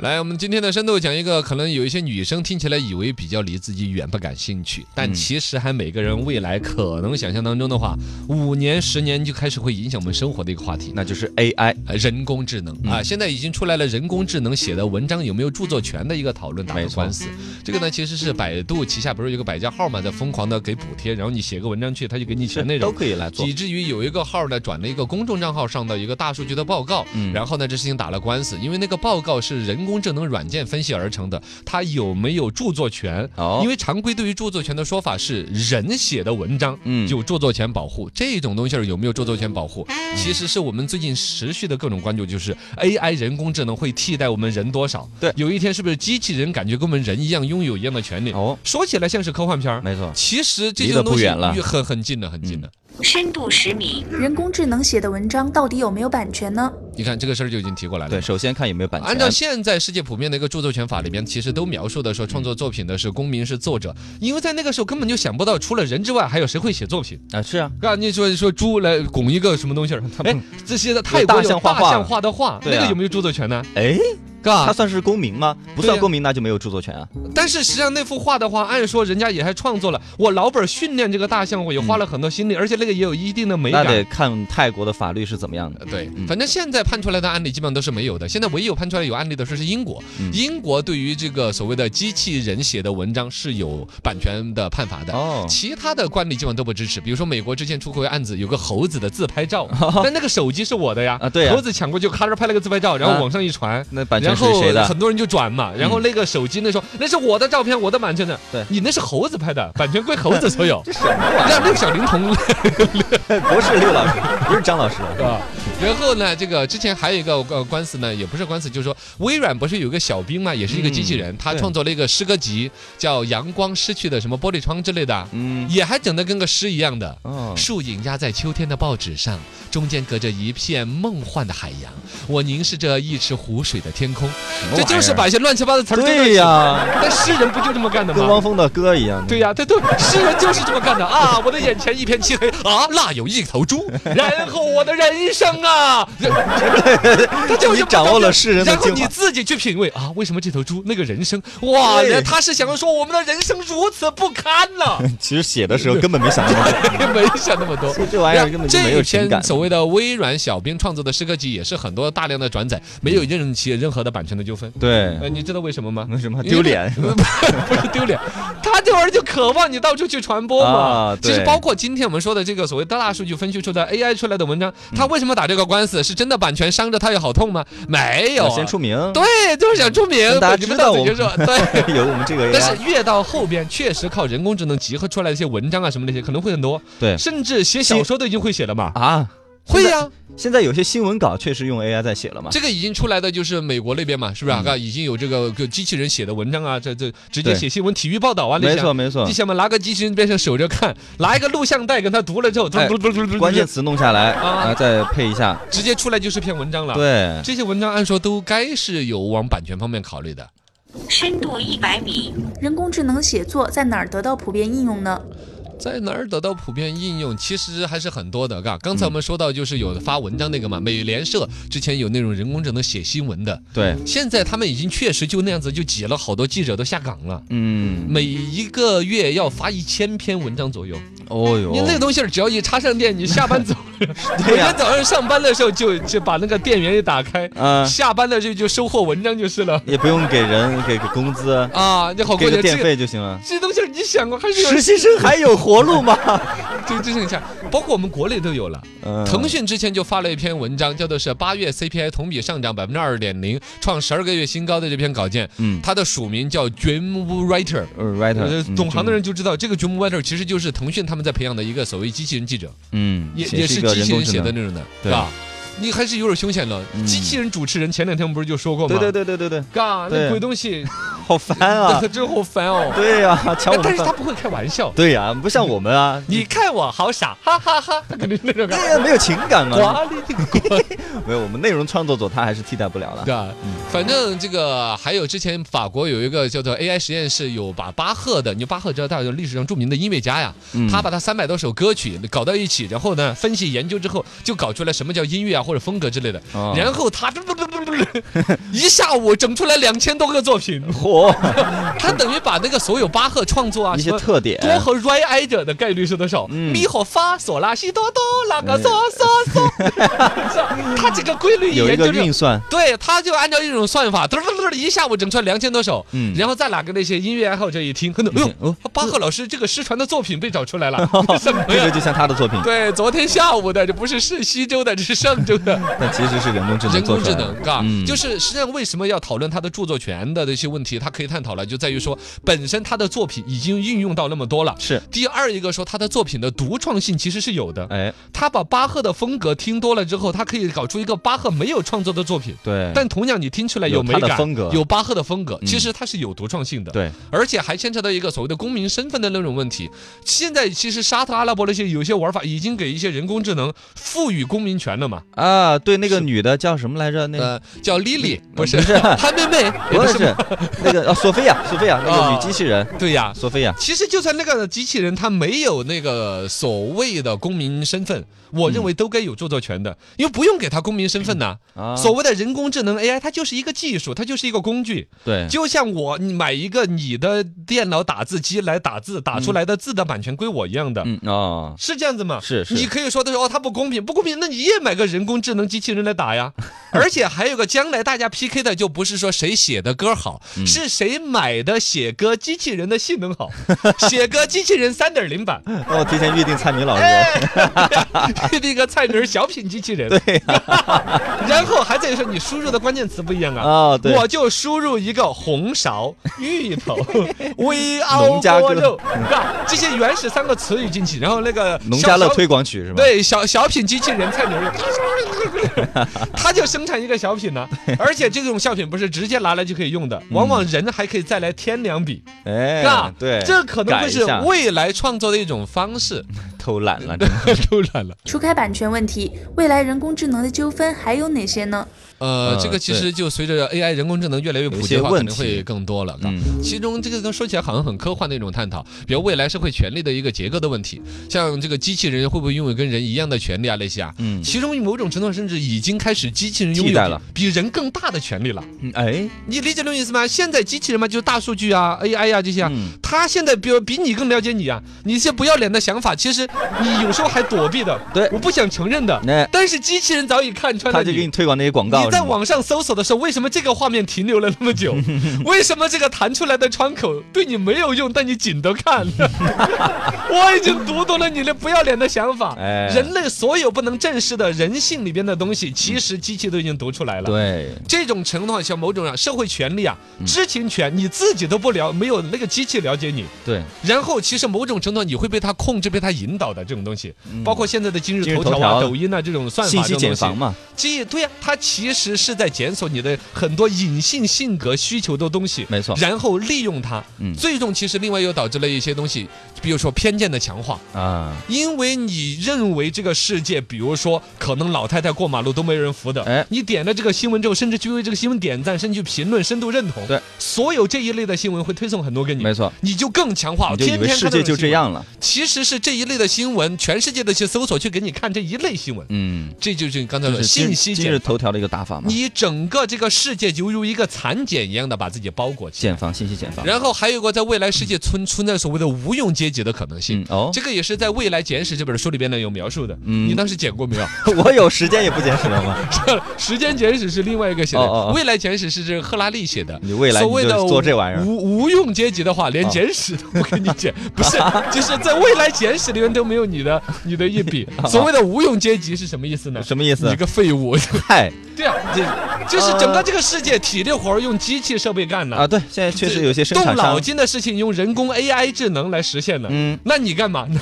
来，我们今天的深度讲一个，可能有一些女生听起来以为比较离自己远，不感兴趣，但其实还每个人未来可能想象当中的话，五年、十年就开始会影响我们生活的一个话题，那就是 AI。呃人工智能啊，现在已经出来了人工智能写的文章有没有著作权的一个讨论，打的没错官司。这个呢，其实是百度旗下不是有一个百家号嘛，在疯狂的给补贴，然后你写个文章去，他就给你钱那 都种。可以来做以。至于有一个号呢转了一个公众账号上的一个大数据的报告，嗯然后呢这事情打了官司，因为那个报告是人工智能软件分析而成的，它有没有著作权？哦因为常规对于著作权的说法是人写的文章，嗯有著作权保护，这种东西儿有没有著作权保护？嗯其实是我们最近持续的各种关注，就是 AI 人工智能会替代我们人多少？对有一天是不是机器人感觉跟我们人一样拥有一样的权利？哦，说起来像是科幻片儿，没错。其实这离些得东不西远了嗯越很很近的，很近的。深度十米，人工智能写的文章到底有没有版权呢？你看这个事儿就已经提过来了对，。首先看有没有版权。按照现在世界普遍的一个著作权法里边，其实都描述的说创作作品的是公民是作者，因为在那个时候根本就想不到除了人之外还有谁会写作品。啊，是啊，啊，你说说猪来拱一个什么东西儿？哎，这些在泰国大有象画大画象画的画，对那个啊有没有著作权呢？哎，他嘎，算是公民吗？不对算呀公民，那就没有著作权啊。但是实际上那幅画的话，按说人家也还创作了，我老本儿训练这个大象，我也花了很多心力，而且那个也有一定的美那感。得看泰国的法律是怎么样的。对，嗯反正现在判出来的案例基本上都是没有的。现在唯一有判出来有案例的说是英国，嗯英国对于这个所谓的机器人写的文章是有版权的判罚的。哦，其他的惯例基本上都不支持，比如说美国之前出过一个案子，有个猴子的自拍 照，但那个手机是我的呀，啊对呀猴子抢过去，咔嚓拍了个自拍照，然后啊网上一传，那版权然是后谁的？嗯很多人就转嘛，然后那个手机那时候那是我的照片，我的版权的，对，你那是猴子拍的，版权归猴子所有什么玩让六小龄 童意儿？不是刘老师，不是张老师。啊。 然后呢，这个之前还有一个呃官司呢，也不是官司，就是说微软不是有个小兵嘛，也是一个机器人，他嗯对创作了一个诗歌集，叫《阳光失去的什么玻璃窗》之类的，嗯，也还整得跟个诗一样的。哦，树影压在秋天的报纸上，中间隔着一片梦幻的海洋。我凝视着一池湖水的天空，这就是把一些乱七八糟的词儿堆在一啊起。但对呀，诗人不就这么干的 跟汪吗？峰的歌一样。对呀、他都诗人就是这么干的啊！我的眼前一片漆黑啊，那有一头猪，然后我的人生啊，他就是你掌握了世人的然后精你华。自己去品味啊，为什么这头猪那个人生哇？对他是想要说我们的人生如此不堪 呢、其实写的时候根本没想那么多，没想那么多。这玩意儿根本就没这有一情感篇。所谓的微软小兵创作的诗歌集，也是很多大量的转载，没有任其任何的版权的纠纷。 对，呃，你知道为什么吗？嗯为什么丢脸因为 不是丢脸，他这玩意儿就渴望你到处去传播嘛啊。其对实包括今天我们说的这个所谓大数据分析出的 AI 出来的文章，嗯他为什么打这个官司？是真的版权伤着他也好痛吗？没有要啊，先出名。对，就是想出名，让大家本知身道到嘴我啊就说 对。有我们这个 AI。但是越到后边，确实靠人工智能集合出来的一些文章啊什么那些，可能会很多。对甚至写小说都已经会写了嘛。啊，会呀、现在有些新闻稿确实用 AI 在写了嘛。这个已经出来的就是美国那边嘛，是不是啊？已经有这个个机器人写的文章啊，这这直接嗯对写新闻、体育报道啊那些啊。没错没错你，想嘛，拿个机器人边上守着看，拿一个录像带跟他读了之后，嘟哎嘟嘟嘟嘟嘟关键词弄下来啊啊，再配一下。直接出来就是篇文章了。，对，这些文章按说都该是有往版权方面考虑的。深度一百米，人工智能写作在哪儿得到普遍应用呢？在哪儿得到普遍应用？其实还是很多的，嘎。刚才我们说到，就是有发文章那个嘛，美联社之前有那种人工智能写新闻的，对，现在他们已经确实就那样子，就挤了好多记者都下岗了。嗯，每一个月要发一千篇文章左右，哦你那哟，东西儿只要一插上电，你下 班走，每对呀天早上上班的时候就就把那个电源一打开，啊，下班的时候就收获文章就是了也不用给人给个工资，啊！你好过给年个电这个费就行了。这东西儿你想过还是有 实习生还有活路吗？就就剩下，包括我们国内都有了。嗯 腾讯之前就发了一篇文章，叫做是八月 CPI 同比上涨百分之二点零，创十二个月新高的这篇稿件，嗯它的署名叫 Dream Writer。呃，writer，呃，嗯懂行的，人就知道，这个 Dream Writer 其实就是腾讯他们在培养的一个所谓机器人记者，嗯，也写也是是一个机人器工人智写的能那种的，对吧？你还是有点凶险了。嗯机器人主持人前两天我们不是就说过吗？对对对对对对，嘎，那对鬼东西好烦 啊！真好烦哦。对呀、抢我但们是他饭。不会开玩笑，对呀、不像我们嗯啊，你看我好傻，哈哈哈他肯定是那种感对觉。呀、没有情感嘛。哇，你这个瓜没有，我们内容创作者他还是替代 不了的。对啊，反正这个还有之前法国有一个叫做 AI 实验室，有把巴赫的，你就巴赫知道他是历史上著名的音乐家呀，嗯他把他三百多首歌曲搞到一起，然后呢分析研究之后，就搞出来什么叫音乐啊或者风格之类的哦，然后他一下午整出来两千多个作品， 嚯， 他等于把那个所有巴赫创作啊一什些么。特点，嗯多和 right 挨着的概率是多少？咪和发索拉西哆哆那个嗦嗦 嗦，他这个规律哎有一研究个这种 运算。对，他就按照一种算法，嘚嘚嘚嘚一下午整出来两千多首，嗯然后再拿给那些音乐爱好者一听，可能哎呦哦，巴赫老师这个失传的作品被找出 来了，什么这个呀？就像他的作品，对，昨天下午的，这不是是西周的，这是上周的。但其实是人工智能人做工出智来的。能，嘎、嗯就是实际上为什么要讨论他的著作权的这些问题，他可以探讨了，就在于说本身他的作品已经运用到那么多了。是，第二一个说他的作品的独创性其实是有的，哎，他把巴赫的风格听多了之后，他可以搞出一个巴赫没有创作的作品。对，但同样你听出来有哎有美他的感，风格嗯有巴赫的风格，其实它是有独创性的。。对，而且还牵扯到一个所谓的公民身份的那种问题。现在其实沙特阿拉伯那些有些玩法已经给一些人工智能赋予公民权了嘛？啊，对，那个女的叫什么来着？那个呃，叫 Lily 不是不是 潘妹妹， 不认识，那个啊，索菲亚，索菲亚，那个啊女机器人，对呀。索菲亚，其实就算那个机器人它没有那个所谓的公民身份，我认为都该有著作权的，因为不用给它公民身份呐。嗯啊所谓的人工智能 AI，它就是一个技术，它就是一个工具。对，就像我你买一个你的电脑打字机来打字，打出来的字的版权归我一样的。嗯啊，是这样子吗？是是你可以说的是哦，它不公平，不公平，那你也买个人工智能机器人来打 呀。而且还有个将来大家 PK 的，就不是说谁写的歌好，嗯是谁买的写歌机器人的性能 好，写歌机器人三点零版，那哦我提前预定蔡明老师， 那个菜名小品机器人。对、 然后还在于说你输入的关键词不一样啊。啊，对，我就输入一个红苕、芋 头、微凹农家锅歌肉，啊，这些原始三个词语进去，然后那个农家乐小推广曲是吧？，对，小小品机器人菜牛肉，他就生产一个小品呢、而且这种小品不是直接拿来就可以用的，往往人还可以再来添两笔，是嗯哎吧，？对，这可能改会一是下未来创作的一种方 式。偷懒了，真的偷懒了，除开版权问题，未来人工智能的纠纷还有哪些呢？呃，嗯这个其实对就随着 AI 人工智能越来越普及化，可有一些问能题会更多了。啊嗯其中这个跟说起来好像很科幻的一种探讨，比如未来社会权利的一个结构的问题，像这个机器人会不会拥有跟人一样的权利啊那些啊，嗯其中某种程度上甚至已经开始机器人拥有替代了比比人更大的权利了。嗯哎，你理解这种意思吗？现在机器人嘛，就是大数据啊、AI 啊这些啊，嗯他现在比比你更了解你啊，你一些不要脸的想法，其实你有时候还躲避的，对我不想承认的。那但是机器人早已看穿了他就你，给你推广那些广告，你在，网上搜索的时候，为什么这个画面停留了那么 久？为什么这个弹出来的窗口对你没有用，但你紧得 看？我已经读懂了你的不要脸的想法。哎人类所有不能正视的人性里边的东西，其实机器都已经读出来了。对，嗯这种程度上，像某种上社会权利啊、知情权，你自己都不了，没有那个机器了解你。对，然后，其实某种程度上你会被它控制、被它引导的这种东西，包括现在的今日今日头条嗯头啊、条抖音啊这种算法信这息种东茧西房。嘛，记忆对呀、它其实是在检索你的很多隐性性格需求的东西，没错然后利用它，嗯最终其实另外又导致了一些东西，比如说偏见的强化，啊，因为你认为这个世界，比如说可能老太太过马路都没人扶的，哎你点了这个新闻之后，甚至去为这个新闻点赞，甚至去评论、深度认同，对，所有这一类的新闻会推送很多给你，没错，你就更强化，啊你就以天为天世看到界种就新这闻，样了，其实是这一类的新闻，全世界的去搜索去给你看这一类新闻。嗯，这就是你刚才就说的是今信息今茧日头条的一个打法嘛，你整个这个世界犹如一个蚕茧一样的把自己包裹起来。茧房信息茧房，然后还有一个在未来世界存存在所谓的无用阶级的可能性嗯。哦，这个也是在《未来简史》这本书里边呢有描述的，嗯你当时剪过没有？ 我有时间也不捡石头 吗？时间简史是另外一个写哦哦的，哦未来简史是这赫拉利写的。你未来所谓你的就做这玩意儿，无无用阶级的话，连哦简史都不给你剪，不是，就是在未来简史里面都没有你的你的一 笔。所谓的无用阶级是什么意思呢？哦什么意思你？个废物！嗨对啊，就就是整个这个世界体力活儿用机器设备干啊，了，对，现在确实有些生动产脑商，筋的事情用人工 AI 智能来实现了。嗯， 那你干嘛呢？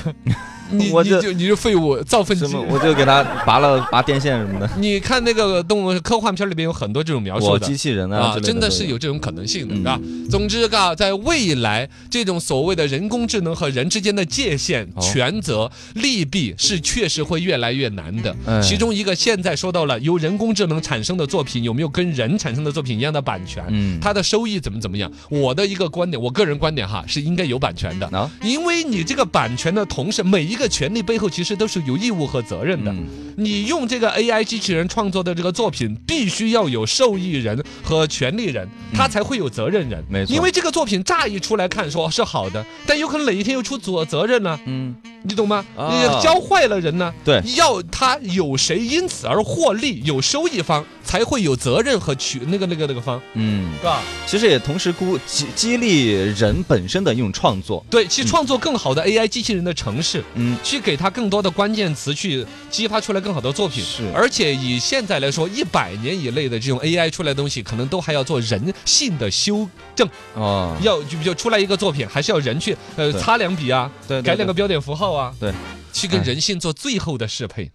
你我你这就你就废物，造粪机什。么我就给他拔了拔电线什么的， 你看那个动物科幻片里边有很多这种描述我的机器人啊啊，之类真的的是有这种可能性的，嗯啊。总之，嘎，在未来，这种所谓的人工智能和人之间的界限、哦权责、利弊是确实会越来越难的。哎其中一个现在说到了由人工智能产生的作品有没有跟人产生的作品一样的版权，嗯它的收益怎么怎么样？我的一个观点，我个人观点哈，是应该有版权的。啊，因为你这个版权的同时，每一个权利背后其实都是有义务和责任的。嗯你用这个 AI 机器人创作的这个作品，必须要有受益人和权利人，他才会有责任人。嗯没错因为这个作品乍一出来看说哦是好的，但有可能哪一天又出责责任呢、嗯，你懂吗？啊你教坏了人呢、对，要他有谁因此而获利，有收益方才会有责任和取那个那个那个方，嗯，是吧？其实也同时鼓激激励人本身的一种创作，对，去创作更好的 AI 机器人的城市，嗯，去给它更多的关键词，去激发出来更好的作品。是而且以现在来说，一百年以内的这种 AI 出来的东西，可能都还要做人性的修正，哦，要就就出来一个作品，还是要人去呃对擦两笔啊，对对改对两个标点符号啊，对，去跟哎人性做最后的适配。